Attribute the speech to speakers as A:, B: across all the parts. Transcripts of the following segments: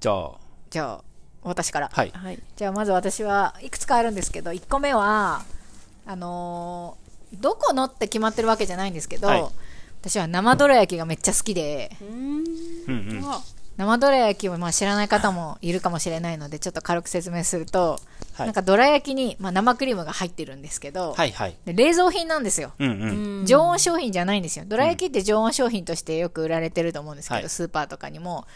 A: じゃあ
B: じゃあ私から、
A: はい
C: はい。
B: じゃあまず私はいくつかあるんですけど1個目はあのーどこのって決まってるわけじゃないんですけど、
A: はい
B: 私は生どら焼きがめっちゃ好きで
C: うん。
A: うんうん
C: あ
B: 生どら焼きをまあ知らない方もいるかもしれないのでちょっと軽く説明すると、
A: はい
B: なんかどら焼きに、まあ、生クリームが入ってるんですけど、
A: はいはい
B: で冷蔵品なんですよ
A: うんうん
B: 常温商品じゃないんですよどら焼きって常温商品としてよく売られてると思うんですけど、
A: はい
B: スーパーとかにも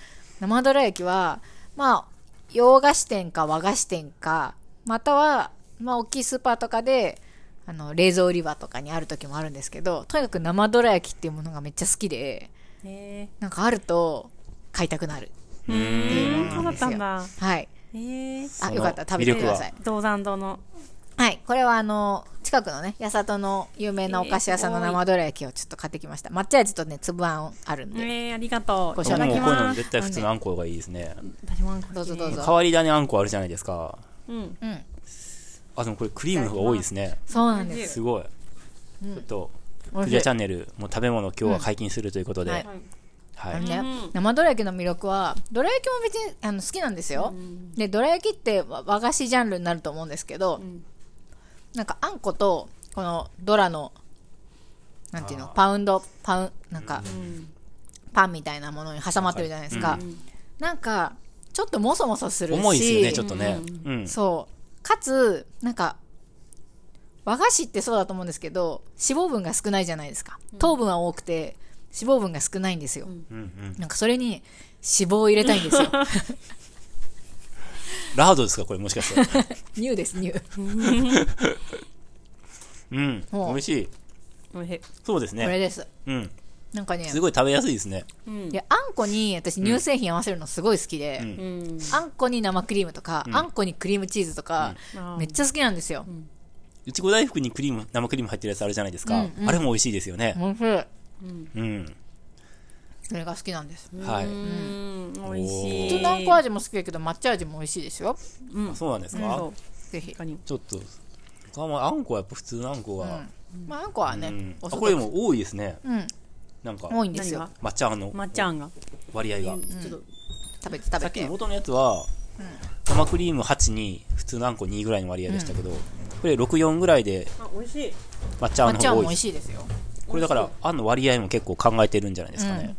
B: 生どら焼きはまあ洋菓子店か和菓子店かまたは、まあ、大きいスーパーとかであの冷蔵売り場とかにある時もあるんですけどとにかく生どら焼きっていうものがめっちゃ好きで
C: へ
B: なんかあると買いたくなる
A: うー
C: え。
A: ん
C: そうだったんだ。
B: はい
C: へえ。
A: そ
B: あ
A: の
B: よかった食べてください
C: 道山堂の。
B: はい、これはあの近くのね八里の有名なお菓子屋さんの生どら焼きをちょっと買ってきました抹茶味とね粒あんあるんで、
C: ええ、ありがとう。
B: ご
C: い
B: 賞
C: た
B: 味
A: も
C: だき
A: うこういうの
C: ます。
A: 絶対普通のあんこがいいですね
C: 私もあんこ好き
B: どうぞどうぞ
A: 変わり種あんこあるじゃないですか
C: うん。
B: うん
A: あでもこれクリームの方が多いですね
B: そうなんです
A: すごいちょっと
B: 美
A: ク
B: 味
A: リ
B: し
A: ア
B: い
A: チャンネルもう食べ物今日は解禁するということで
B: うん
A: は
B: はいい
A: は
B: あの
A: い
B: ね
C: うん
B: 生どら焼きの魅力はどら焼きも別にあの好きなんですよ、でどら焼きって和和菓子ジャンルになると思うんですけど、
C: ん
B: なんかあんことこのドラのなんていうのパウンドパウンなんか、パンみたいなものに挟まってるじゃないですか、なんかちょっともそもそするし
A: 重いですよねちょっとねうん
B: そうかつなんか和菓子ってそうだと思うんですけど脂肪分が少ないじゃないですか糖分は多くて脂肪分が少ないんですよ、
A: うんうん
B: なんかそれに脂肪を入れたい んですよ
A: ラードですかこれもしかして
B: ニューですニュー
A: うん美
B: もう
A: 味しい
C: おいしい
A: そうです
B: これ
A: ね
B: です
A: うん
B: なんかね
A: すごい食べやすいですね
C: うん
B: いやあんこに私乳製品合わせるのすごい好きで、
A: うん
C: うん。
B: あんこに生クリームとか、あんこにクリームチーズとか、
C: うん
B: めっちゃ好きなんですよ、
A: いちご大福にクリーム生クリーム入ってるやつあるじゃないですか
B: うんうん
A: あれも美味しいですよね
B: おいしい
A: うん
B: それが好きなんです
A: はい
C: うん。美味しい。
B: 普通のあんこ味も好きだけど抹茶味も美味しいですよ
C: うん。
A: あそうなんです
C: そ
A: か
C: う。
B: ぜひ
C: 確、かに。
A: ちょっと僕はあんまあんこはやっぱ普通のあんこ
B: う
A: が
B: んまああんこはね、
A: うん
B: お
A: あ
B: そ
A: これでも多いですね
B: うん
A: なんか
B: 多いんです
C: 何
B: よ
C: が
A: 抹茶の
C: 抹茶あんが。
A: 割合が
C: ちょっと
B: 食べて食
A: さ
B: べ
A: っき
B: て
A: の元のやつは、生クリーム8に普通のあんこ2ぐらいの割合でしたけど、これ64ぐらいで
C: あ、美味しい。
A: 抹茶あん
B: 抹
A: の
B: 茶
A: 方
B: も
A: が
B: 美
A: 多い
B: 味
A: し
B: しいですよ
A: これだからあんの割合も結構考えてるんじゃないですかね、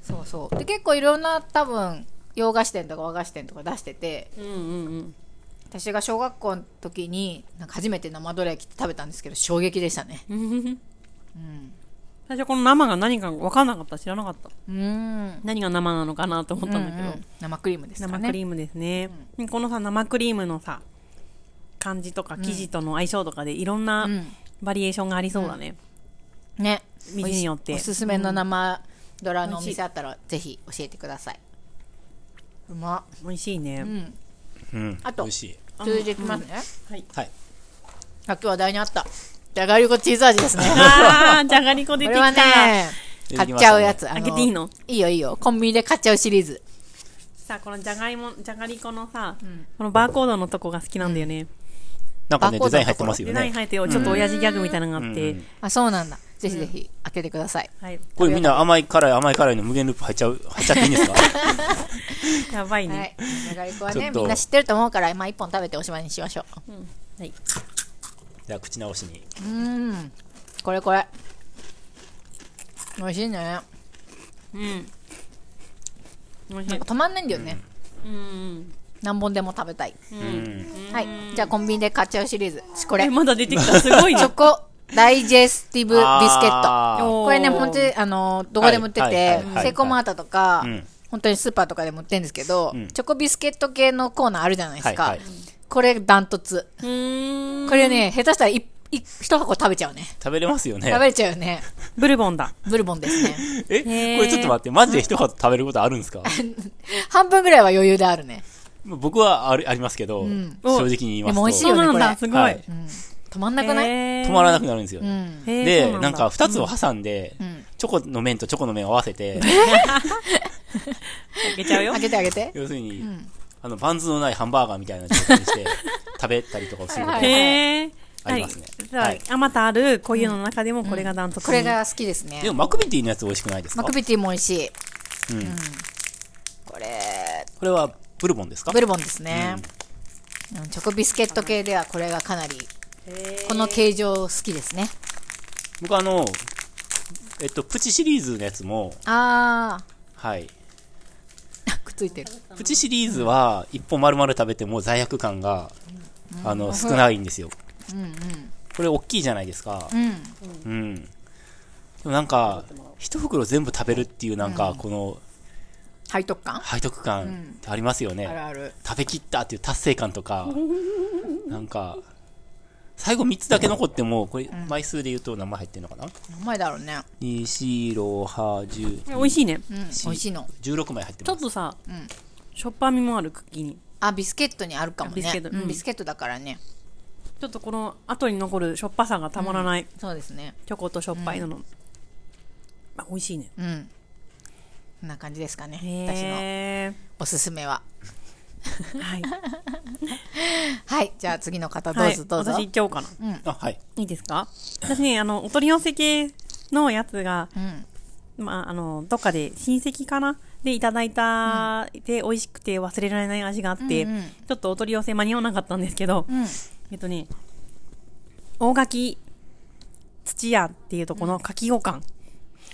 B: そうそうで結構いろんな多分洋菓子店とか和菓子店とか出してて
C: うんうんうん。
B: 私が小学校の時になんか初めて生どら焼きって食べたんですけど衝撃でしたね
C: 最初この生が何か分からなかった知らなかった
B: うんうん
C: 何が生なのかなと思ったんだけど、
B: 生クリームですかね
C: 生クリームですね、このさ生クリームのさ感じとか生地との相性とかでいろんな
B: うん
C: バリエーションがありそうだね、
B: ね
C: 店によって
B: おすすめの生ドラのお店あったらぜひ教えてくださいうまっ
C: 美味しいね、
B: うん
A: うん
B: あと
A: 美味しい
B: 続いていきますね
C: はい
A: はい
B: さっき話題にあったじゃがりこチーズ味ですね
C: あーじゃがりこ
B: こ
C: 出て
B: れ
C: き
B: は
C: た、
B: ね
A: 出て
B: 買
A: き
B: っ
A: ま
B: ち
A: したね
B: ゃうやつあ
C: 開けていいの
B: いいよいいよコンビニで買っちゃうシリーズ
C: さあこのじゃがいもじゃがりこのさ、このバーコードのとこが好きなんだよね、
A: なんかね
B: バーコ
A: デ
B: ード
A: ザイン入
B: の
A: ってますよ
C: デザイン
A: ね
C: 入ってよちょっと親父ギャグみたいなのがあって、
A: うん
B: あそうなんだぜひぜひ開けてください、
C: はい
A: これみんな甘い辛い甘い辛いの無限ループ入っちゃう入っちゃっていいんですか
C: やばいね、
B: はいじゃがりこは
A: ちょ
B: ね
A: っと
B: みんな知ってると思うからまあ一本食べておしまいにしましょう
C: はい
A: じゃあ口直しに
B: うーんこれこれ美味しいね
C: うん美味し
B: ないんか止まんないんだよね、
C: うん
B: 何本でも食べたい、
A: うん
B: はいじゃあコンビニで買っちゃうシリーズこれ
C: えまだ出てきたすごいね
B: チョコダイジェスティブビスケット
A: あー
C: おー
B: これね本当にあのどこでも売ってて、
A: はいはいはいはい
B: セイコーマートとか、
A: うん
B: 本当にスーパーとかでも売ってるんですけど、
A: うん
B: チョコビスケット系のコーナーあるじゃないですか、
A: はいはい
B: これダントツ
C: うーん
B: これね下手したらいい一箱食べちゃうね
A: 食べれますよね
B: 食べれちゃうよね
C: ブルボンだ
B: ブルボンですね
A: えこれちょっと待ってマジで一言食べることあるんですか
B: 半分ぐらいは余裕であるね
A: 僕はあるありますけど、正直に言います
B: でも
A: と
B: 美味しいよね
C: そうなんだ、
B: こ
C: す
B: れ
C: ごい。
A: はい
B: 止まんなくない、
A: 止まら
C: な
A: なくなるんですよ、
B: うん
C: い
A: で、なんか、2つを挟んで、
B: ん
A: チョコの麺とチョコの麺を合わせて、
C: いけちゃうよ
B: 開。けてあげて
A: 要するに、あの、バンズのないハンバーガーみたいな状態に して、食べたりとかをすること
B: はいはい
A: で。
C: へぇ
A: ありますねはい
C: あまたあるこういうのの中でもこれがダントツ。
B: これ。が好きですね
A: でも、マクビティのやつ美味しくないですか
B: マクビティも美味しい、
A: うん
B: これ
A: これは、ブルボンですか
B: ブルボンですね、うんチョコビスケット系ではこれがかなりこの形状好きですね
A: 僕あの、えっと、プチシリーズのやつも、
B: あ
A: はい。
B: ー くっついてる
A: プチシリーズは一本丸々食べても罪悪感が、あの、少ないんですよ。
B: うんうん
A: これ大きいじゃないですか。
B: うん
A: うん。でもなんか、一袋全部食べるっていうなんか、この
B: 背徳感
A: 背徳感ってありますよね。
B: あるある
A: 食べきったっていう達成感とか、なんか、最後3つだけ残っても、これ、枚数で言うと何枚入ってるのかな
B: うまいだろうね
A: ?2、4、6、8、
C: 美
A: 10、
C: 味しいね。
B: うん美味しいの
A: 16枚入って
C: ちょ
A: ま
C: っ
A: す。
C: とさ、
B: ん
C: しょっぱみもあるクッキーに。
B: あビスケットにあるかもね
C: ビスケットうん
B: うんビスケットだからね
C: ちょっとこの後に残るしょっぱさがたまらない。
B: そうですね
C: チョコとしょっぱいなの。あ、美味しいね。
B: うんこんな感じですかね私の
C: へえ。
B: おすすめは
C: はい。
B: はいじゃあ次の方ど
C: は
B: う
C: い
B: ぞどうぞ、
C: 私行っちゃおうかな。
A: あ、はい。
C: いいですか私ね、あの、お取り寄せ系のやつが、
B: うん
C: まあ、あの、どっかで親戚かなでいただいた、で、美味しくて忘れられない味があって、
B: うんうん
C: ちょっとお取り寄せ間に合わなかったんですけど、
B: うん
C: えっとね、大垣土屋っていうとこの柿羊羹。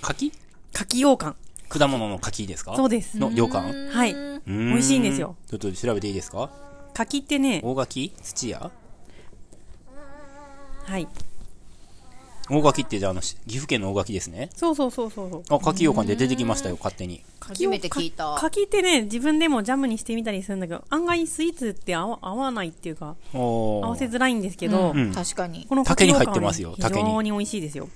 A: 柿
C: 柿羊羹。
A: 果物の柿ですか
C: そうです。
A: の羊羹
C: はい。
A: 美
C: 美味しいんですよ。
A: ちょっと調べていいですか
C: 柿ってね、
A: 大垣土屋
C: はい。
A: 大垣ってじゃああの、し岐阜県の大垣ですね。
C: そうそうそうそうそう。
A: あ、柿羊羹で出てきましたよ、勝手に。
B: 初めて聞いた
C: か柿ってね、自分でもジャムにしてみたりするんだけど、案外スイーツって合わ合わないっていうか、
A: おー
C: 合わせづらいんですけど、
A: ん
B: 確かに
C: この
A: 竹に入って
C: 柿
A: ますよ
C: 羊羹は
A: 竹に
C: ね非常に美味しいですよ。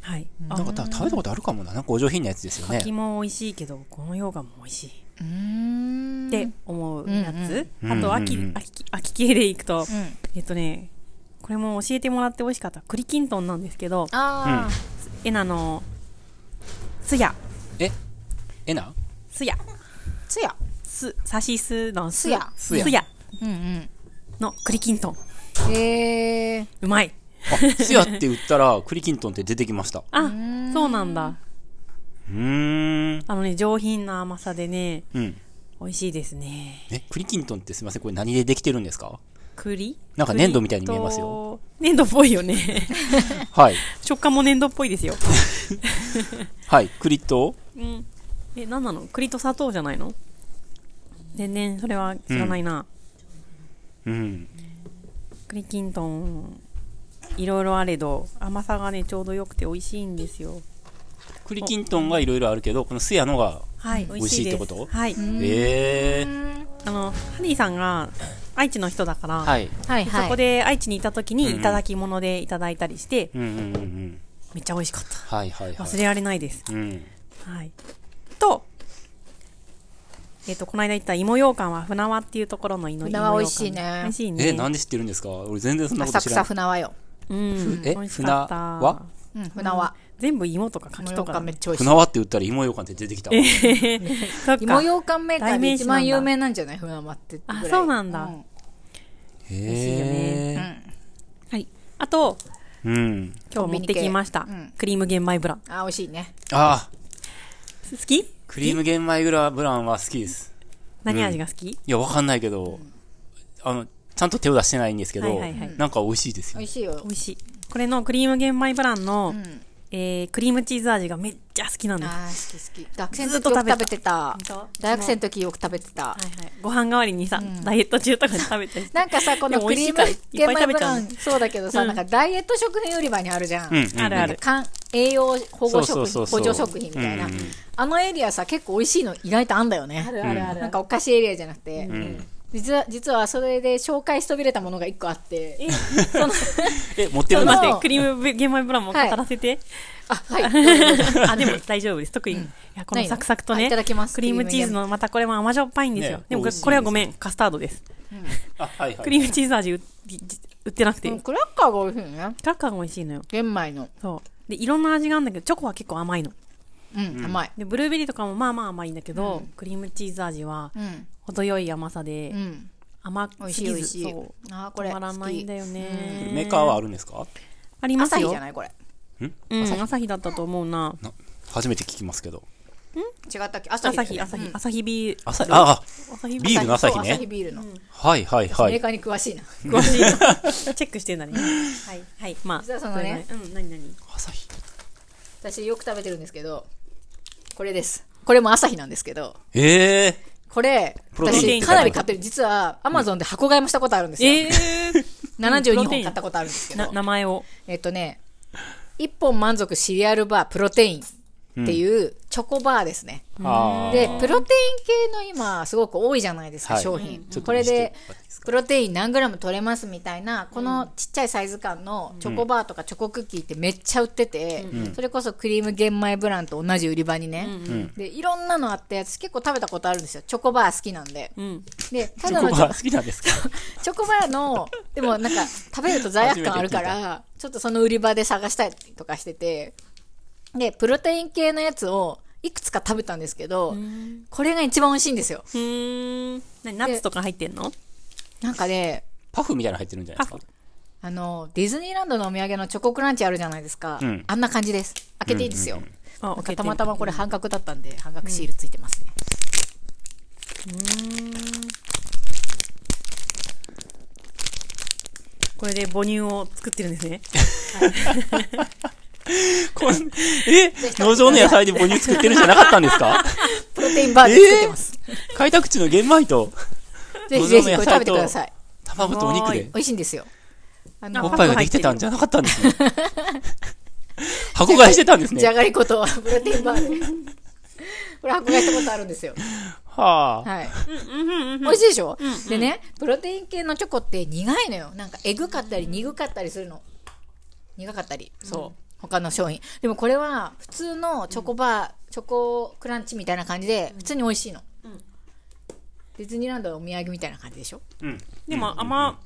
C: はい。あ
A: なんかた食べたことあるかもな。なんかお上品なやつですよね。
C: 柿も美味しいけど、この羊羹も美味しい。
B: うーん
C: って思うやつ、
A: うんうん
C: あと秋,、
A: うんうんうん
C: 秋秋系でいくと、
B: ん
C: えっとねこれも教えてもらって美味しかった栗きんとんなんですけど
B: あー
C: えなのすや
A: ええな
C: すや
B: つや
C: すさしすのす
B: すや
A: すや
C: すや
B: うんうん
C: の栗きんとん
B: へえ
C: うまい
A: あ、すやって売ったら、栗きんとんって出てきました。
C: あそうなんだ
A: うーん。
C: あのね上品な甘さでね
A: うん。
C: 美味しいですね
A: え、栗きんとんってすみません、これ何でできてるんですか
C: 栗
A: なんか粘土みたいに見えます
C: よ
A: よ
C: 粘土っぽいよね
A: はい。
C: 食感も粘土っぽいですよ、
A: はい。栗と、
C: うん、え何なの栗と砂糖じゃないの全然それは知らないな、
A: うん。
C: 栗きんとんいろいろあれど甘さがねちょうどよくて美味しいんですよ
A: 栗きんとんがいろいろあるけど、このすやのが、
C: はい美
A: 味しいです美味しいってこと
C: はい
A: ええー。
C: あのハリーさんが愛知の人だから、
A: はい。
B: はいはい
C: そこで愛知にいた時に
A: うんうん
C: いただき物でいただいたりして、
A: うんうんうんうん。
C: めっちゃ美味しかった
A: はいはいはい。
C: 忘れられないです、
A: うん。
C: はい、とえっ、とこの間言った芋羊羹は船和っていうところの芋
B: 船和美味しいね
C: 芋羊羹美味しいね
A: え、なんで知ってるんですか俺全然そんなこと
B: 浅
A: 知ら
B: 草
A: ない。
B: 船和よ
C: うん
A: え
C: 美味しかった
A: 船和
B: うん船和
C: 全部芋とか
B: 芋
C: 柿
B: よ
C: と
B: う
C: かだ
B: かん
C: ね、
B: めっちゃ美味し
A: 船
B: い
A: 輪って言ったら芋ようかんって出てきた。
C: そっか
B: 芋ようかんメーカーで
C: 代名
B: 一
C: 詞なんだ
B: 番有名なんじゃない船和ってってぐらい
C: あそうなんだ
B: うん
C: しいよ
A: へ
C: ね
A: え。
C: はいあと
A: うん。
C: 今日持ってきました、
B: コンビニ系うん
C: クリーム玄米ブラン
B: あ美味しいね
A: ああ、
C: 好き
A: クリーム玄米グラブランは好きです。
C: 何味が好き、
A: いや、わかんないけど、あの、ちゃんと手を出してないんですけど、
C: はいはいはい
A: なんか美味しいですよ
B: 美
A: ね
B: 味。しいよ
C: 美味しいこれのクリーム玄米ブランの、
B: うん
C: えークリームチーズ味がめっちゃ好きなんですは
B: あー好き好き学生の
C: ずっ
B: 時
C: と
B: よ
C: 食
B: く
C: べた
B: 食べてた
C: 本当
B: 大学生の時よく食べてた
C: いはいご飯代わりにさ、ダイエット中とかに食べたりして
B: なんかさこ
C: で
B: の
C: も
B: ク
C: 美味し
B: リ
C: い
B: ー
C: から
B: ム玄米
C: いっぱい食べ
B: ブ
C: ちゃう
B: ランそうだけどさなんかダイエット食品売り場にあるじゃん
A: うんうん
C: あるある
B: かん栄養保
A: そ
B: 護食
A: うそ
B: 品
A: うそうそう
B: 補助食品みたいな、
A: うんうん
B: あのエリアさ結構美味しいの意外とあんだよね
C: るあるある
B: なんかお菓子エリアじゃなくて、
A: ん
B: 実は実はそれで紹介しそびれたものが一個あって
A: え、持ってるん
B: そ
A: だ
B: の
C: 待ってクリーム玄米ブランも語らせて、
B: あはいどうぞどうぞ
C: あでも大丈夫です特に、いやこの
B: ないの
C: サクサクと
B: あ
C: ね
B: いただきます
C: クリームチーズのまたこれも甘じょっぱいんですよ、
A: ね
C: でも
A: 美
C: こ
A: 味しいです
C: これはごめんカスタードです、
A: あ、はいはい。
C: クリームチーズ味売売ってなくて、
B: うんクラッカーが美味しいね
C: クラッカーが美味しいのよ
B: 玄米の
C: そうでいろんな味があるんだけどチョコは結構甘いの
B: うん、甘い
C: でブルーベリーとかもまあまあ甘いんだけど、クリームチーズ味は
B: うん
C: 程よい甘さで、
B: うん
C: 甘
B: 美
C: く
B: 味
C: す
B: しい
C: ぎ
B: 美味
C: ず
B: しい
C: そう
B: あーこれ
C: 止まらないんだ
B: 好
C: よね、
A: メーカーはあるんですか
C: あり
B: き
C: ま
B: 朝
C: す
B: 日
C: よ
B: じゃないこれ
C: うん朝日だったと思うな
A: な初めて聞きますけど。
B: 違ったっけ朝日だ
C: 朝
B: よね
C: 日、朝日
B: う、ん
C: 朝日ビール。
A: 朝あ
C: 朝日
A: ビールの朝日ね
B: そう朝日ビールの、
A: はいはいは
B: メー
A: い
B: カーに詳しいな
C: 詳しいな。チェックしてんだね。はい。はい。まあ。
B: 実はそのね
C: そうだうん、何何
A: 朝日
B: 私よく食べてるんですけどこれですこれも朝日なんですけど
A: ええ
B: これ
A: プロテイン
B: 私
A: って書いて
B: か
A: ある
B: なり買ってる実はアマゾンで箱買いもしたことあるんですよ、
C: えー、
B: 72
C: プロテ
B: 本
C: イン
B: 買ったことあるんですけ
C: な、
B: ど
C: 名前を。
B: えっとね1本満足シリアルバープロテインっていうチョコバーですね、
A: あー
B: でプロテイン系の今すごく多いじゃないですか、
A: はい
B: 商品、
A: ちょっと
B: これ
A: 見せ
B: で
A: てもらっていいですか
B: プロテイン何グラム取れますみたいなこのちっちゃいサイズ感のチョコバーとかチョコクッキーってめっちゃ売ってて、それこそクリーム玄米ブランと同じ売り場にね、でいろんなのあって私結構食べたことあるんですよチョコバー好きなんで
C: うん。
B: でた
A: チ
B: だ
A: ョコ
B: の
A: バー好きなんですか
B: チョコバーの、でもなんか、食べると罪悪感あるから、ちょっとその売り場で探したりとかしてて、で、プロテイン系のやつをいくつか食べたんですけど、これが一番美味しいんですよ。
C: うーん。何、ナッツとか入ってんの
B: なんかね、
A: パフみたいなの入ってるんじゃないですか
B: あの、ディズニーランドのお土産のチョコクランチあるじゃないですか。
A: うん
B: あんな感じです。開けていいですよ。
C: あ
B: なん
C: 開けて
B: か
C: み
B: たまたまこれ半額だったんで、半額シールついてますね。
C: これで母乳を作ってるんですね。
A: こんえ農場の野菜で母乳作ってるんじゃなかったんですか
B: プロテインバーで作ってます。
A: 開拓地の玄米と
B: ぜひぜひこれ食べてください。
A: 卵とお肉で
B: 美味しいんですよ。あ
A: お
B: の
A: っぱいができてたんじゃなかったんですね箱買いしてたんです
B: じゃ
A: ね
B: がりことプロテインバーで。 これ箱買いしたことあるんですよ。
A: はあ
B: はい。美味しいでしょ、でね、プロテイン系のチョコって苦いのよ。なんかえぐかったり苦かったりするの。苦かったり。そう。他の商品。でもこれは普通のチョコバー、チョコクランチみたいな感じで、普通に美味しいの。ディズニーランドのお土産みたいな感じでしょ
A: うん
C: でも甘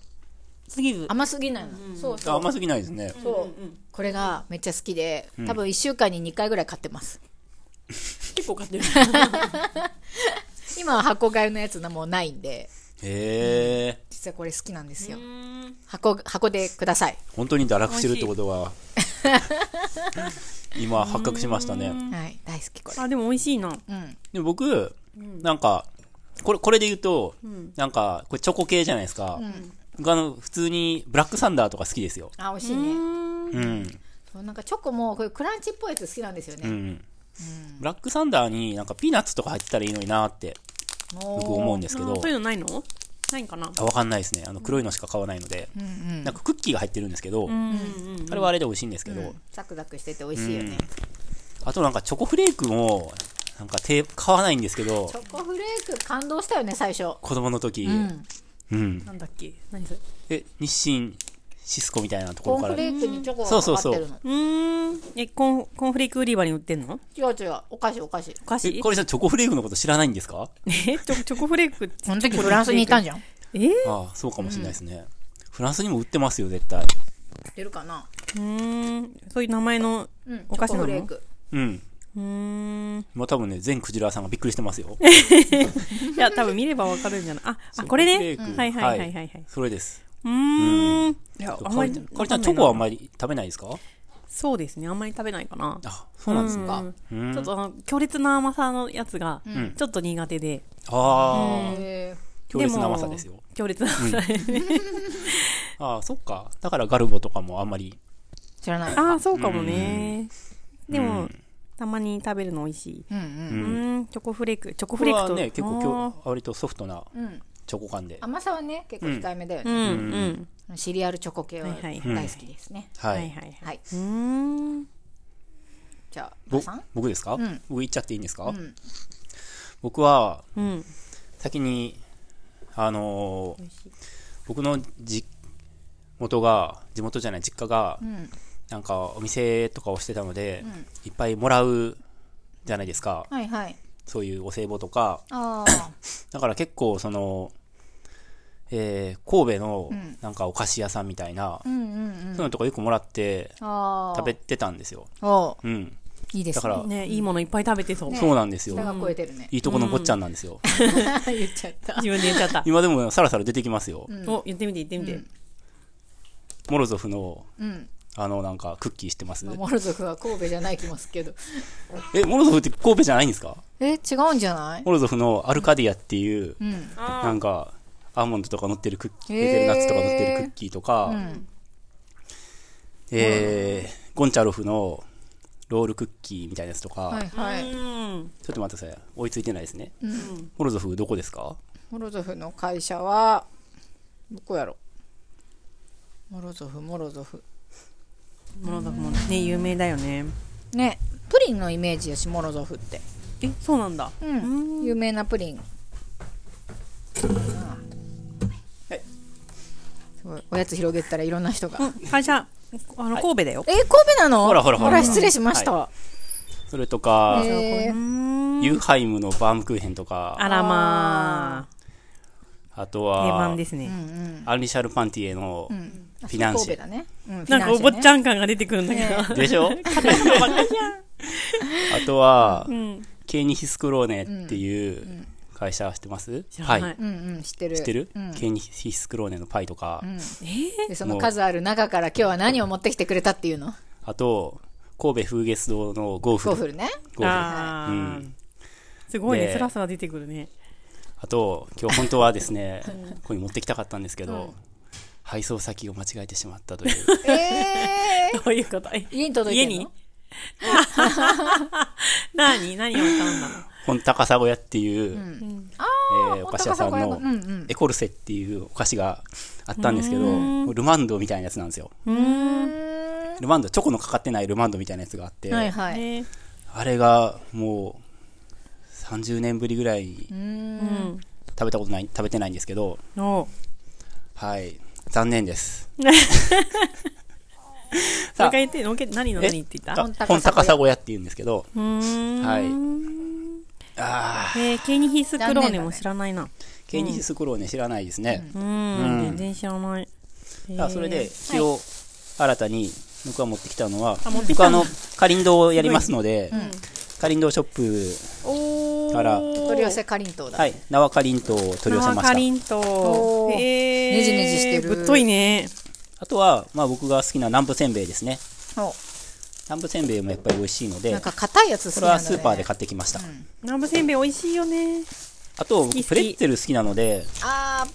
C: すぎず。
B: 甘すぎないの。そうそう。
A: 甘すぎないですね
B: そう、これがめっちゃ好きで、多分1週間に2回ぐらい買ってます。
C: 結構 買ってる。
B: 今は箱買いのやつのもうないんで、
A: へえ
B: 実はこれ好きなんですよ。
C: うん
B: 箱、箱でください。
A: 本当に堕落してるってことは今発覚しましたね
B: はい、大好きこれ。
C: あ、でも美味しいな。
B: うん。
A: でも僕、なんか、これ、これで言うと、なんか、これチョコ系じゃないですか。僕あの、普通に、ブラックサンダーとか好きですよ。
B: あ、美味しいね。
A: うん。
B: そうなんかチョコもこういうクランチっぽいやつ好きなんですよ
A: う
B: ね。
A: ん。ブラックサンダーになんかピーナッツとか入ってたらいいのになーって、
B: もう
A: 僕思うんですけ
C: あ
A: ど
C: そうい、うのないのないんかな
A: あ、わかんないですね。あの、黒いのしか買わないので、なんかクッキーが入ってるんですけど、
C: うんうん
A: あれはあれで美味しいんですけ
B: う
A: ど
B: ん、ザクザクしてて美味しいよね。
A: あとなんかチョコフレークも、なんか手、買わないんですけど
B: チ、ョコフレーク感動したよね、最初。
A: 子供の時
B: う、ん。
A: うん。
C: なんだっけ何それ
A: え、日清、シスコみたいなところ
B: コーン
A: から
B: フ。レークにチョコ
A: そう
B: が
A: そう
B: かか
A: そう
B: ってるの。
C: うーん。え、コーン、コーンフレーク売り場に売ってんの
B: 違う違う。お菓子お菓子。
C: お菓子
A: え、これじゃチョコフレークのこと知らないんですか
C: え、チョチョコフレークって
B: その時フランスにいたんじゃん。
C: えー
A: ああそうかもしれないですね、フランスにも売ってますよ絶対
B: 出るかな
C: うーん。そういう名前の
B: うん。
C: お菓子
B: チョコ
C: なの
B: フレーク。
A: うん
C: うーん。
A: まあ多分ね全クジラさんがびっくりしてますよ
C: いや、多分見ればわかるんじゃないあ、あ、
A: う
C: これね。
A: フレーク
C: はいはいはいはいはい。
A: それです
C: うーん。いや、あん
A: か
C: ま
A: りち
C: り。
A: ゃんかりちゃんチョコはあんまり食べないですか
C: そうですね。あんまり食べないかな。
A: あそうなんですか
C: うんちょっとあの、強烈な甘さのやつが、ちょっと苦手で。
A: ああ
B: へ
A: 強烈な甘さですよ
C: も。強烈な甘さ。
A: ああそっかだからガルボとかもあんまり
B: ー知らない。
C: ああ、そうかもね。でも、たまに食べるの美味しい。
B: うんう。
C: うんん、チョコフレーク。チョ
A: こ
C: コフレ
A: れ
C: ーク
A: は
C: と。
A: ね結構
C: あ
A: 今日割とソフトな
B: うん。
A: チョコ感で
B: 甘さはね、結構控えめだよ
C: ーう
B: ね。
C: ん、うん。
B: シリアルチョコ系は
C: はいはい
B: 大
C: は
B: 好きですね。
A: は、
C: はいいはいは。。
B: はいいう
C: ーん。
B: じゃあ、
A: ぼ
B: 皆さん
A: 僕ですか、
B: ん
A: 僕言っちゃっていいんですか、
B: ん
A: 僕は
C: うん。
A: 先にあのー
C: 美味しい。
A: 僕の地元が地元じゃない実家が、
B: ん
A: なんかお店とかをしてたので、いっぱいもらうじゃないですか
B: はいはい。
A: そういうお歳暮とか
B: ああ。
A: だから結構その、えー神戸の
B: ん
A: なんかお菓子屋さんみたいな、
B: うんうんうん。
A: そういうのとかよくもらって
B: ああ。
A: 食べてたんですよ
B: おう
A: うん
B: いいですね。
A: だから
C: ね、いいものいっぱい食べてそう。
A: そうなんですよ、
B: 下が超えてるね。
A: いいとこの坊ちゃんなんですよ、
B: 言っちゃった。
C: 自分で言っちゃった。
A: 今でもさらさら出てきますよ、
C: お、言ってみて言ってみて。
A: モロゾフの
B: うん。
A: あの、なんか、クッキーしてます
B: まあモルゾフは神戸じゃない気もするけど
A: え、モロゾフって神戸じゃないんですか
B: え違うんじゃない
A: モロゾフのアルカディアっていう、
B: うん
C: あ
A: なんか、アーモンドとか乗ってるクッキー、
B: へー
A: レゼルナッツとか乗ってるクッキーとか、
B: うん
A: えー、ゴンチャロフのロールクッキーみたいなやつとか、
B: はい
C: あ
B: はい、
C: うん
A: ちょっと待ってください。追いついてないですね。
B: うん
A: モロゾフどこですか
B: モロゾフの会社はどこやろモロゾフモロゾフ
C: モロゾフもね有名だよね
B: ねプリンのイメージやしモロゾフって
C: えそうなんだ
B: うん、有名なプリン
A: はい
B: すごいおやつ広げてたらいろんな人が、
C: うん会社あの神戸だよ
B: え神戸なの
A: ほらほらほら
B: 失礼しました、
A: それとか、
B: え
C: う
B: ー
C: ん
A: ユーハイムのバームクーヘンとか、
C: あらま
A: あと
C: あ定
A: は
C: 番で、すね
A: アンリシャルパンティエの、
B: あ
A: フィナンシェ
B: 神戸だね、うフィ
C: なん
B: ナ
C: か
B: ン
C: お
B: シェね
C: 坊ちゃん感が出てくるんだけど
B: ね
A: でしょあとは、
C: うん
A: ケーニヒスクローネっていう会社知ってます
C: 知らな
A: はいい。
B: うんうん知ってる
A: 知ってる
B: うん
A: ケーニヒスクローネのパイとか、
B: でその数ある中から今日は何を持ってきてくれたっていうの
A: あと、神戸風月堂のゴーフ
B: ゴ
A: ル。
B: ーフル
A: ゴ
B: ね
A: ーフル
C: あ
A: う
C: ー
A: ん
C: すごいね
A: で
C: スラスラ出てくるね
A: あと、今日本当はですね、ここに持ってきたかったんですけど、配送先を間違えてしまったという。
B: ええ
C: どういうことえ
B: 家に届いてん
C: 家に
B: の
C: 何何を頼んだの
A: 本高砂屋っていう、えーお菓子屋さん
B: 本高
A: の
B: 砂屋うんうん
A: エコルセっていうお菓子があったんですけど、ルマンドみたいなやつなんですよ。ルマンド、チョコのかかってないルマンドみたいなやつがあって、
B: はいはい、
C: ね
A: あれがもう30年ぶりぐらいに
C: うん
A: 食べたことない、食べてないんですけど、
C: おう
A: はい、残念です。
C: もう
A: さ
C: 一回言ってのけ何の何って言った
A: あ
B: 本、
A: 本
B: 高砂屋
A: 高砂屋って言うんですけど、
C: うーん
A: はい。ああ、
C: えー、ケイニヒスクローネも知らないな、
A: ケーニヒスクローね、知らないですね。
C: う
A: うん
C: ん全然知らない
A: あそれで今日新たに僕が持ってきたのは、
C: あ持ってき
A: 僕
C: た
A: あ
C: の
A: のカリンドをやりますので、カリンドショッ
C: おー
A: から
B: 取り寄せかりんとう
A: プ
B: だ、
A: はい縄カリンドを取り寄せま
C: 生か
A: し
C: り
A: た
C: んと
B: おー
C: えー、
B: ねじねじしてる
C: ぶっといね
A: あとは、まあ、僕が好きな南部せんべいですね
B: お
A: 南部せんべいもやっぱり美味しいので
B: なんか硬いやつ好
A: こ
B: き
A: れ
B: な
A: は
B: んだ、ね、
A: スーパーで買ってきました、
C: 南部せんべい美味しいよね
A: あと僕
C: 好き好き
A: プレッツェル好きなので
B: あ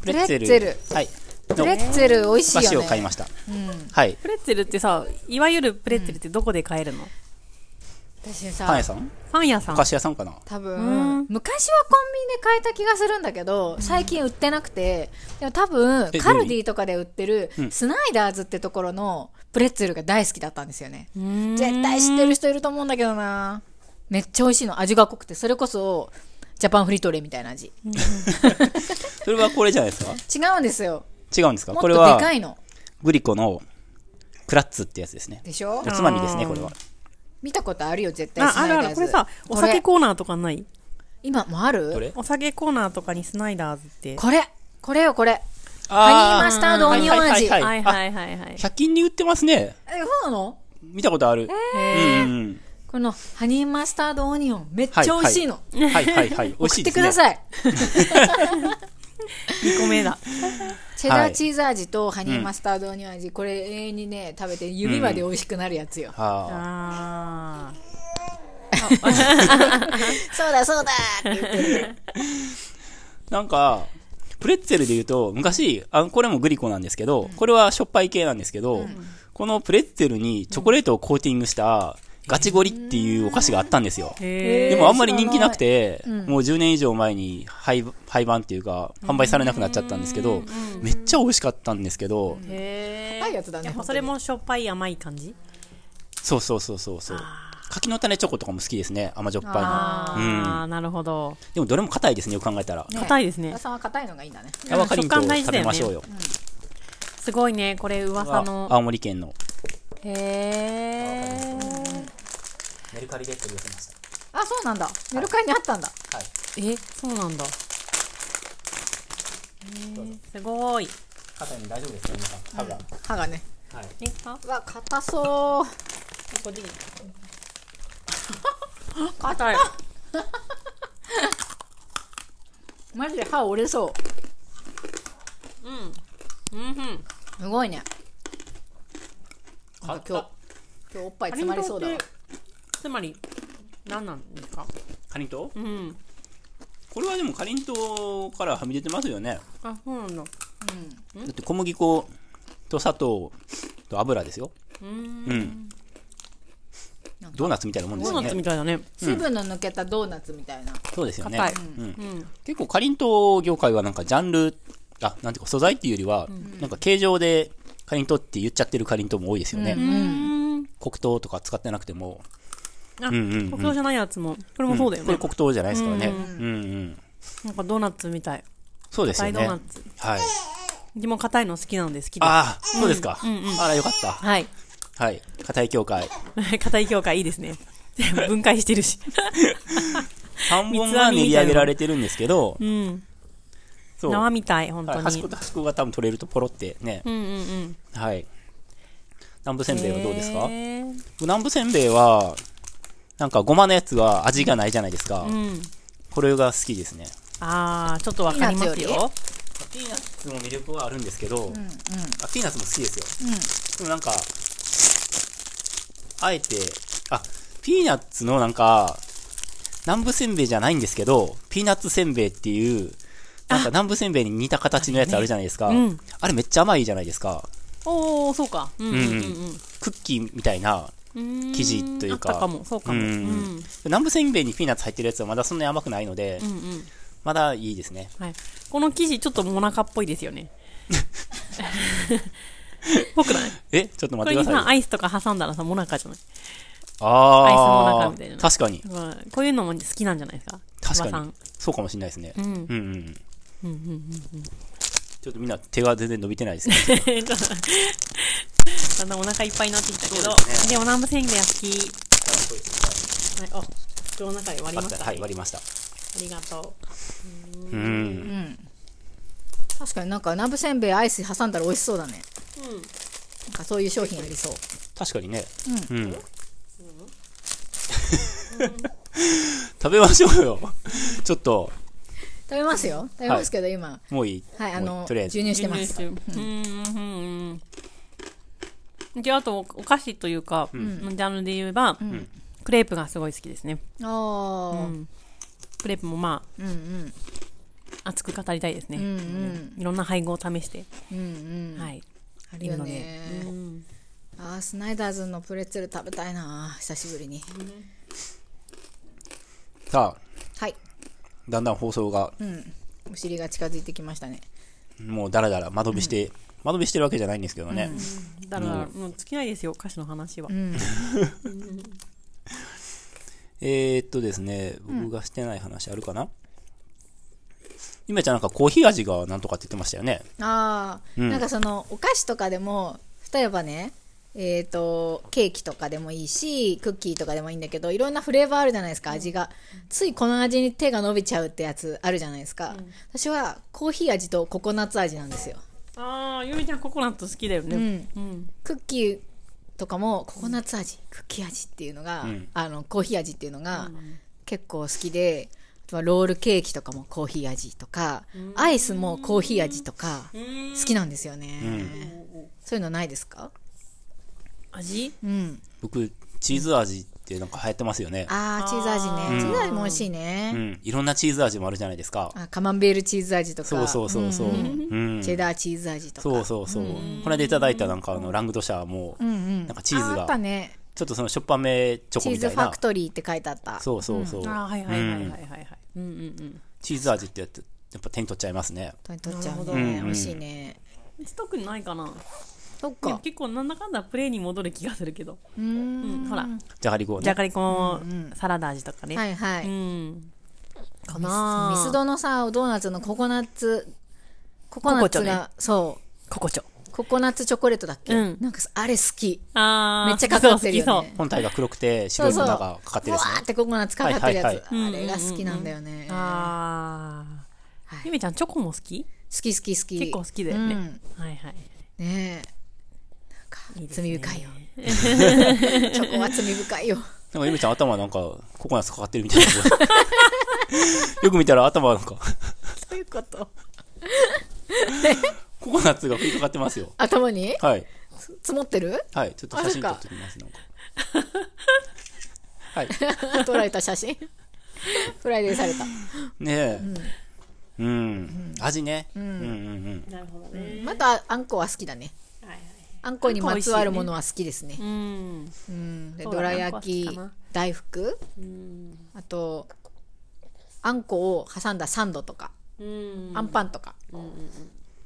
B: ー
A: プレッツェル
B: プレッツ
A: はい
B: プレ
A: の
B: ッツェル美味しい
A: お菓子
B: よ
A: を
B: ね
A: 買いました、
B: うん、
A: はい
C: プレッツェルってさいわゆるプレッツェルってどこで買えるの、
B: 私
A: パン
B: さ
A: 屋さん
C: パン屋さん
A: お菓子屋さんかな
B: 多
C: うん
B: 分昔はコンビニで買えた気がするんだけど最近売ってなくてでも多分
A: え
B: カルディとかで売ってる
A: うん
B: スナイダーズってところのプレッツェルが大好きだったんですよね
C: うん
B: 絶対知ってる人いると思うんだけどなめっちゃ美味しいの味が濃くてそれこそジャパンフリートレーみたいな味
A: それはこれじゃない ですか
B: 違うんですよ
A: 違うんですか
B: も
A: こ
B: っ
A: とれ
B: で
A: は
B: かいの
A: グリコのクラッツってやつですね
B: でしょ
A: おつまみですねこれは
B: 見たことあるよ絶対
C: あ
B: スナ
C: あ
B: イ
C: る
B: ダ
C: あ
B: ー
C: る
B: ズ
C: これさお酒
B: これ
C: コーナーとかない
B: 今もある
A: どれ
C: お酒コーナーとかにスナイダーズって
B: これこれよこれ
A: あ
B: ハニーマスタードオニオン味
A: はいはい
C: はいはいはいはい
A: 100均に売ってますね。
B: えそうなの
A: 見たことある。
C: へー
A: うん
B: このハニーマスタードオニオンめっち
A: は
B: ゃ
A: い
B: 美味しいの、
A: うん。はいはいはい。美味し
B: 送
A: いで
B: っ
A: す
B: て
A: ね。
B: ください。
C: 2個目だ
B: チェダーチーズ味とハニーマスタードオニオン味、これ永遠にね、食べて指まで美味しくなるやつよ。
A: はあ
C: あー
B: そうだそうだって言ってる。
A: なんか、プレッツェルで言うと、昔、あこれもグリコなんですけど、これはしょっぱい系なんですけど、このプレッツェルにチョコレートをコーティングしたガチゴリっていうお菓子があったんですよ。
C: へ
A: で
B: え
A: もあんまり人気なくて、もう10年以上前に廃廃盤っていうか、販売されなくなっちゃったんですけど、めっちゃ美味しかったんですけど、
C: ーへ
B: 高いやつだね
C: やっぱ
B: 本
C: そ
B: 当に
C: れもしょっぱい甘い感じ
A: そうそうそうそうそう。柿の種チョコとかも好きですね。甘じょっぱいの。
C: ああなるほど
A: でもどれも硬いですね、よく考えたら。
B: ね
C: 硬いですね
B: お母さんは硬いのがいいんだね。
A: ヤワカリンと
C: 食感大
A: 食
C: 事だ
A: べ
C: よね
A: ましょうよ。
C: すごいねこれ噂
A: あ
C: の
A: 青森県の。
C: へえ
A: メルカリで取り寄せまし
B: あ、そうなんだ。メルカリにあったんだ。
A: た。はい。
C: えそうなんだへーすごい
A: 硬いの大丈夫ですか皆さん。歯が。
B: 歯がね。
A: はい。
C: えあ
B: うわ、硬そう。
C: こっちに硬い
B: マジで歯折れそ
C: うんうん
B: う。すごいね。な
A: 買
B: ん
A: っ
B: か今日
A: た。
B: 今日おっぱい
C: カ
B: 詰
C: リン
B: まり
C: ト
B: そ
C: っ
B: うだわ
C: てつまり何なんですか
A: かりんとう
C: うん
A: これはでもかりんとうからはみ出てますよね。
C: あそうなんだ
A: だって小麦粉と砂糖と油ですよ。
C: うーん
A: うん
B: なん。か
A: ドーナツみたいなもんで
C: ド
A: す
C: ー
A: よ
C: ナツみ
A: ね。
C: たいだね
B: 水分の抜けたドーナツみたいな
A: そうですよね。
C: 硬い
A: うん
C: うん
A: 結構かりんとう業界はなんかジャンル、あ、なんていうか素材っていうよりは、なんか形状でかりんとうって言っちゃってるかりんとうも多いですよね。
B: う
C: うーん
A: 黒糖とか使ってなくても。
C: あ、
A: うんうんうん
C: 黒糖じゃないやつもこれもそうだよ
A: こ
C: ね、
A: れ黒糖じゃないですからね。
C: う
A: うんうん。
C: なんかドーナツみたい
A: そうです
C: 硬
A: よ
C: いドー
A: ね。
C: ナツ
A: はい。
C: でも硬いの好きなので好きです
A: ああ、そうですか。あら、よかった。
C: はい
A: はい。硬い協会。
C: 硬い教会いいですね 分解して るし
A: 半本が練り上げられてるんですけど、
C: うん
A: そう。
C: 縄
A: は
C: みたい本当
A: い
C: に、
A: 端っこと端っこが多分取れるとポロってね。
C: うんうんうん
A: はい。南部せんべいはどうですか
C: へー
A: 南部せんべいは、なんかごまのやつは味がないじゃないですか。
C: うん
A: これが好きですね。
C: あーちょっとわかります
B: ピーナッ
C: よ
B: ツよ
A: ピーナッツも魅力はあるんですけど、
B: うんうん
A: あピーナッツも好きですよ。
B: うん
A: でもなんか、あえて、あ、ピーナッツのなんか、南部せんべいじゃないんですけど、ピーナッツせんべいっていう、なんか南部せんべいに似た形のやつあるじゃないですか。
C: あ
A: あ
C: れねうん
A: れめっちゃ甘いじゃないですか。
C: おおそうかうんうんうん
A: クッキーみたいな。
C: うんうーん
A: 生地というか
C: あったかもそうかも
A: う
C: うんん
A: うん
C: うん
A: 南部せんべいにピーナッツ入ってるやつはまだそんなに甘くないので、
C: うん
A: まだいいですね。
C: はいこの生地ちょっとモナカっぽいですよね僕だね
A: えちょっと
C: こ
A: 待っ
C: れ
A: て
C: に
A: くだ
C: さ
A: さい。
C: アイスとか挟んだらさモナカじゃないアイスの
A: あ
C: 中みたいな
A: ー、確かに。
C: まあこういうのも好きなんじゃないですか
A: 確
C: 馬さ
A: か
C: ん
A: に。そうかもしれないですね。
C: うん
A: うんうん。
C: うんうんうん
A: ちょっとみんな手が全然伸びてないです ね。
C: ちょっとだんだんお腹いっぱいになってきたけど、
A: そうです
C: でも南部せんべいは好き。はい、あ、口の中で割り
A: あ
C: ま
A: っ
C: したた、
A: は
C: ね
A: い、割りました。
C: ありがと
A: うん。
B: 確かになんかナブせんべいアイス挟んだら美味しそうだね
C: う。うん。
B: なんかそういう商品ありそう
A: 確かにね。うん。 食べましょうよ。ちょっと、
B: 食べますよ食べますけど今
A: もういい。
B: はいあ
A: も
B: の
A: うとりあえ
B: 授
A: ず。
B: 乳してます
C: うんうんうん。で、あと、お菓子というか、のジャンルで言えば、クレープがすごい好きですね。
B: ああ
C: うんクレープもま
B: うんうん
C: あ、熱く語りたいですね。
B: うんうん
C: いろんな配合を試して。
B: うんうん
C: はい。
B: あるよね
C: いいのでうん
B: あースナイダーズのプレッツェル食べたいな久しぶりに
A: さあ、
B: はい
A: だんだん放送が、
B: うんお尻が近づいてきましたね
A: もうだらだら間延びして、間延びしてるわけじゃないんですけどね。
C: だから、もう尽きないですよ、お菓子の話は。
B: うん
A: えーっとですね、僕がしてない話あるかなゆめちゃんなんかコーヒー味がなんとかって言ってましたよね。
B: ああ、
A: うん
B: なんかそのお菓子とかでも例えばねえー、とケーキとかでもいいしクッキーとかでもいいんだけどいろんなフレーバーあるじゃないですか味が、ついこの味に手が伸びちゃうってやつあるじゃないですか、私はコーヒー味とココナッツ味なんですよ、
C: ああ、ゆめちゃんココナット好きだよ
B: う
C: ね。
B: ん、
C: うん。
B: クッキーとかもココナッツ味、クッキー味っていうのが、
A: うん
B: あのコーヒー味っていうのが結構好きであとはロールケーキとかもコーヒー味とかアイスもコーヒー味とか好きなんですよね、そういうのないですか、
C: 味
B: うん、
A: 僕、チーズ味ってなんか流行ってますよね。
B: あーチーズ味ね、チーズ味も美味しいうね、
A: ん。いろんなチーズ味もあるじゃないですか。
B: あカマンベールチーズ味とか
A: そうそうそうそう。うんん。
B: チェダーチーズ味とか
A: そうそうそう。この間いただいたなんかあの、ラングドシャーも、
B: うんうん
A: なんかチーズ
B: あ
A: が
B: あったね
A: ちょっとそのしょっぱめチョコ
B: チー
A: みた
B: ズ
A: い
B: ファ
A: な
B: ク。トリーって書いてあった
A: そうそうそう。
C: ああ、はいはいはいはい
A: うん
C: はいはい。うんうん
A: チーズ味ってやつ、やっぱ手に取っちゃいますね。
B: 本当に取っちゃう
C: なるほど
B: ね、
A: うん
B: 美味しいね
C: うん。特にないかな。
B: そっ
C: でも
B: か
C: 結構なんだかんだプレーに戻る気がするけど。
B: うー
C: うんん、ほら、
A: じゃがりこ
C: じゃ
A: ね。
C: がりこサラダ味とかね。
B: はいはい、
C: うん。かな
B: ミスドのさドーナツのココナッツココナッツが、そう
C: ココチョ。
B: ココナッツチョコレートだっけ、
C: うん
B: なんかさあれ好き
C: ああ、
B: めっちゃかかってる
C: そ
B: よ
C: う好
B: ね
A: 本体が黒くて
B: そ
A: 白
B: う
A: い粉
B: そう
A: がかかってる
B: う
A: や
B: わ
A: つ
B: ーっ
A: ね。
B: てココナッツかかってるやつ、
A: はいはい
C: はい
B: あれが好きなんだよね、
C: きそう。ああ。
B: はい
C: ゆめちゃん、チョコも好き
B: 好き好き好き
C: 結構好きだよね。
B: うん
C: はいはい。
B: ねえなんか
C: いいです
B: 罪
C: ね
B: 深いよ チョコは罪深いよ
A: なんかゆめちゃん頭なんかココナッツかかってるみたいな。 よく見たら頭なんか
B: どう いうこと
A: ココナッツが振りかかってますよ。
B: 頭に
A: はい。
B: 積もってる
A: はい、ちょっと写真撮ってきます、なんか。はい。
B: 撮られた写真フライデーされた、
A: ねえ。 うん。味ね。うんうんうん。
C: なるほどね。
B: またあんこは好きだね
C: はいはい。
B: あんこにまつわるものは好きですね
C: うん。
B: うんで
C: そうだ
B: どら焼
C: あんこは好
B: き
C: きかな
B: 大福
C: うん。
B: あとあんこを挟んだサンドとか、
C: うん
B: あんパンとか
C: うんうん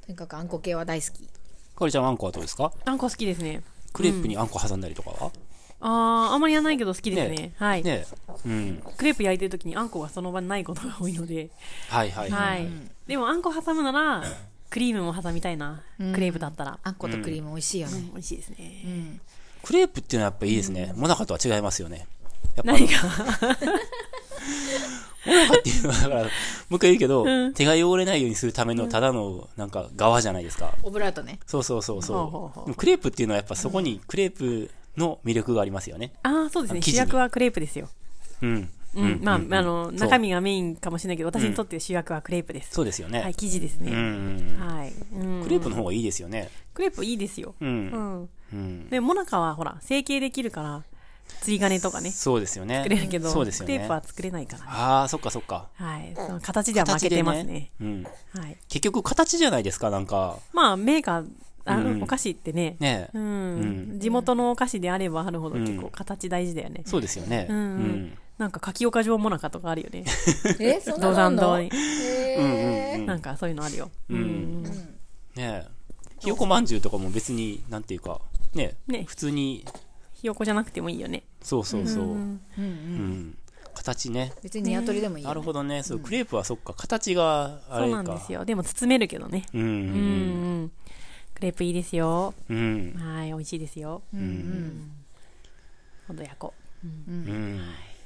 B: とにかくあんこ系は大好き
A: かりちゃん、あんこはどうですか
C: あんこ好きですね。
A: クレープにあんこ挟んだりとかは
C: ああ、あんまりやらないけど好きですね。
A: ね
C: はい、
A: ねえ。うん。
C: クレープ焼いてる時にあんこがその場にないことが多いので。
A: はいはい
C: は
A: はいい。。
C: でもあんこ挟むなら、クリームも挟みたいな。
B: うん
C: クレープだったら。
B: あんことクリーム美味しいよ
C: うん
B: ね、
C: 美味しいです
B: うん
C: ね。
A: クレープっていうのはやっぱいいですね。もなかとは違いますよね。やっぱ
C: 何が
A: もなかっていうのは、だから、もう一回言うけど、手が汚れないようにするためのただの、なんか、側じゃないですか。
B: オブラートね
A: そうそうそう
C: ほうほう
A: そ
C: ほう
A: う。でもクレープっていうのはやっぱそこにクレープの魅力がありますよね。
C: ああ、そうですね。
A: あ生地に
C: 主役はクレープですよ。
A: うん。
C: うん。まあ、あの、
A: そう
C: 中身がメインかもしれないけど、私にとって主役はクレープです。
A: そうですよね。
C: はい、生地です
A: うんう
C: ね。
A: んうん。
C: はい。うん
A: クレープの方がいいですよね。
C: クレープいいですよ。
A: う。
C: うんん。
A: うん。
C: でも、モナカはほら、成形できるから、釣り金とかね、
A: そうですよね。
C: 作れるけど、
A: そうですよ
C: クレー
A: ね
C: プ。は作れないからね。
A: ああ、そっかそっか。
C: はい。その形では負けてますね。
A: うん。
C: はい。
A: 結局形じゃないですか、なんか。
C: まあ、メーカー、あ
A: うん
C: お菓子ってね、
A: ね
C: う
A: え。
C: ん、
A: う
C: 地元のお菓子であればあるほど
A: うん
C: 結構形大事だよね。
A: そうですよね。
C: う
A: うんん。
C: なんか、柿岡城もなかとかある よね。
B: えそんな
C: 道
B: のあ
C: 山
B: ん
C: 堂
B: の
C: に。
B: え
A: うんうんうん
C: なんか、そういうのあるよ。う
A: うん
C: ん。
A: ねえ。ひよこまんじゅうとかも別に、なんていうか、ねえ
C: ね
A: 普通に、
C: ひよこじゃなくてもいいよね。
A: そうそうそう。うん
B: うんうん
A: 形ね。
B: 別にニワトリでもいいよ、
A: なるほどね。そう、クレープはそっか、形があ
C: そう
A: れか。
C: なんですよ。でも、包めるけどね。
A: うんう
C: うんん。クレープいいですよ。
A: うん。うん。
C: はい、美味しいですよ。
B: うんうん
C: ほどやこ。
A: うん。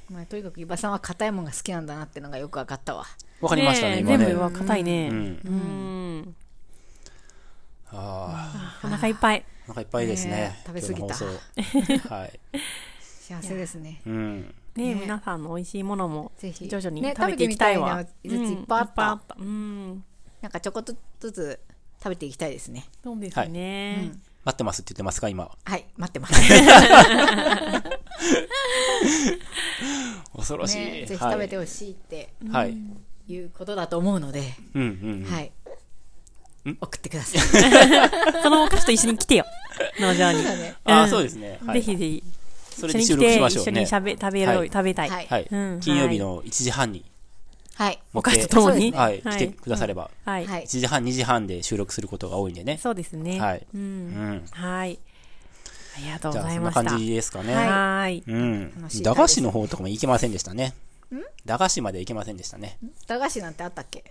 B: まあ、とにかく伊庭さんは硬いものが好きなんだなってのがよく分かったわ
A: わかりました
C: え
A: ね、今ね。
C: 全部は硬いね。
A: う
C: うんん。
A: あ
C: お腹いっぱい。
A: あ、お腹いっぱいですね
B: ね。え食べ過ぎた
A: 今日の放送はい。
B: 幸せですね
A: うん。
B: ね
C: ね皆さんの美味しいものも、
B: ぜひ
C: 徐々に
B: ね
C: 食べていきたいわ。
B: 食べてみたいなやついっぱいあった
C: うんいっぱいあった。うん。
B: なんかちょこっとずつ食べていきたいですね
C: そうですね。
A: 待ってますって言ってますか、今。
B: はい待っ てます
A: 恐ろしい。
B: ね、ぜひ
A: はい
B: 食べてほしいって
A: はい。
B: いうことだと思うので、
A: うんうん。
B: はい送ってください
C: そのお菓子と一緒に来 てよ。農場に。
A: あ
C: う
A: あ、
C: ん
A: そうですね。はい
C: ぜひぜひ。
A: それ
C: 一緒
A: で収
C: に来
A: 録
C: て、
A: しましょ
C: 一緒
A: う
C: に
A: ね。
C: 食べ、食べろ、
A: はい
C: 食べた。
B: はいい
A: はい
C: うん。
A: 金曜日の1時半に、
B: はい
C: お菓子とともに。
B: そうですね
A: はい、来てくだされば、
C: はい。
B: は
A: 1
B: い
A: 時半、2時半で収録することが多いんでね。
C: そうですね。
A: はい。
C: う。
A: うんん。
C: はい。ありがとう
A: じ
C: ご
A: ゃあ、
C: ざ
A: そ
C: い
A: ん
C: ま
A: な
C: した。
A: 感じですかね。
C: はい。
A: うん
B: 楽しい旅です。
A: 駄菓子の方とかも行けませんでしたね。駄菓子まで行けませんでしたね。
B: 駄菓子なんてあったっけ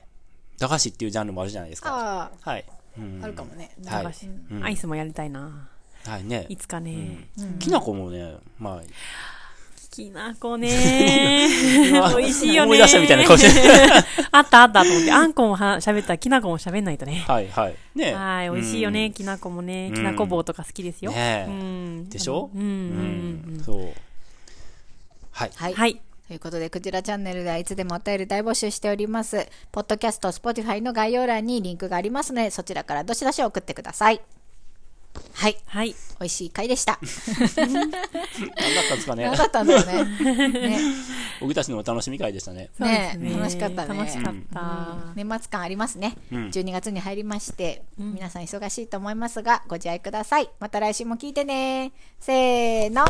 A: 駄菓子っていうジャンルもあるじゃないですか。
B: あ
A: はい。うん
B: ああるかもね、
A: はい
C: 駄菓子
A: ん
C: アイスもやりたいな。
A: はいね
C: い。つかね。
A: きなこもね、 まあ、
C: きな こね 美味しいよね
A: 思い出したみたいな顔して る。
C: あったあったと思って、あんこもは喋ったらきなこも喋んないとね。
A: はいはい。ね
C: はい、美味しいよね、きなこもね。きなこ棒とか好きですよ。
A: ねえ
C: うん
A: でしょ
C: うん
A: う
C: うん
A: ん。そう。はい。
B: はい、
C: はい。
B: ということで、クジラチャンネルではいつでもお便り大募集しております。ポッドキャスト、スポティファイの概要欄にリンクがありますので、そちらからどしどし送ってください。はい、
C: はい。
B: 美味しい回でした。
A: 何だったんですかね
B: 長。かったんだよね。ね
A: 僕たちのお楽しみ会でしたね。
C: そうです
B: ねえ楽しかったね
C: 楽しかった。
B: 年末感ありますね、
A: うん
B: 12月に入りまして、皆さん忙しいと思いますがご自愛くださいまた来週も聞いてねせーの